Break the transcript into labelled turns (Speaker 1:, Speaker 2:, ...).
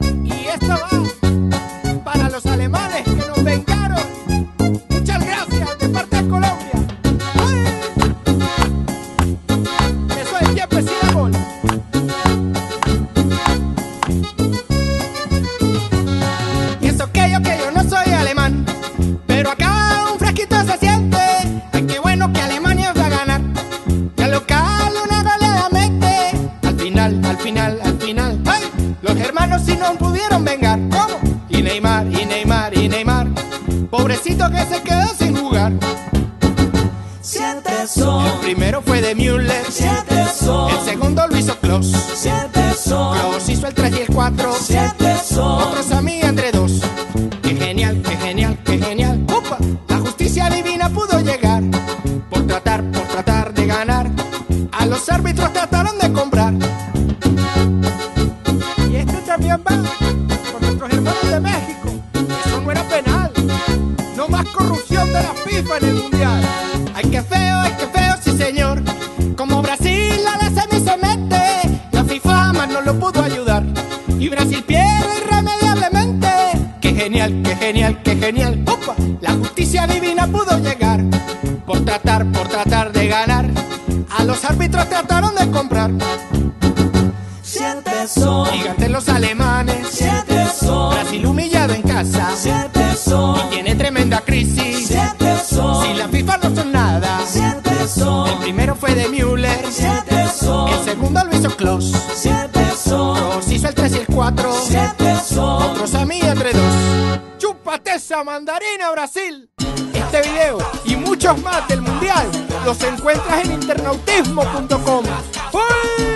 Speaker 1: esto va para los alemanes que nos vengaron. Muchas gracias de parte de Colombia. ¡Ay! Eso es tiempo sin la bola. Y eso que yo que yo no soy alemán, pero acá un fresquito se siente. Ay, qué bueno que Alemania va a ganar. Y al local una goleada mete. Al final, al final, al final. ¡ay! Los hermanos si no pudieron vengar. ¿Cómo? Y Neymar, y Neymar, y Neymar. Pobrecito que se quedó sin jugar.
Speaker 2: Siete
Speaker 1: El
Speaker 2: son,
Speaker 1: primero fue de Müller.
Speaker 2: siete son,
Speaker 1: El segundo lo hizo Kloss.
Speaker 2: siete son,
Speaker 1: Kloss hizo el 3 y el 4.
Speaker 2: siete son,
Speaker 1: Otros a mí entre dos. Qué genial, qué genial, qué genial. ¡Upa! La justicia divina pudo llegar. Por tratar, por tratar de ganar. A los árbitros trataron de comprar. Y este también va con nuestros hermanos de México. Eso no era penal. No más corrupción de la FIFA en el mundial. Ay, qué feo, ay, qué feo, sí señor. Como Brasil a la semi se mete, la FIFA más no lo pudo ayudar. Y Brasil pierde irremediablemente. Qué genial, qué genial, qué genial. ¡Upa! La justicia divina pudo llegar. Por tratar, por tratar de ganar. A los árbitros trataron de comprar.
Speaker 2: siete son,
Speaker 1: Gigantes los alemanes.
Speaker 2: siete son,
Speaker 1: Brasil humillado en casa.
Speaker 2: siete son,
Speaker 1: Tiene tremenda crisis.
Speaker 2: siete
Speaker 1: Si
Speaker 2: son,
Speaker 1: la FIFA no son nada.
Speaker 2: siete
Speaker 1: El
Speaker 2: son,
Speaker 1: primero fue de Müller.
Speaker 2: siete
Speaker 1: El
Speaker 2: son,
Speaker 1: segundo lo hizo Kloss.
Speaker 2: siete son,
Speaker 1: Kloss hizo el 3 y el 4.
Speaker 2: siete son,
Speaker 1: Otros a mí entre dos. Chúpate esa mandarina, Brasil. Este video y muchos más del mundial los encuentras en internautismo.com. ¡Uy!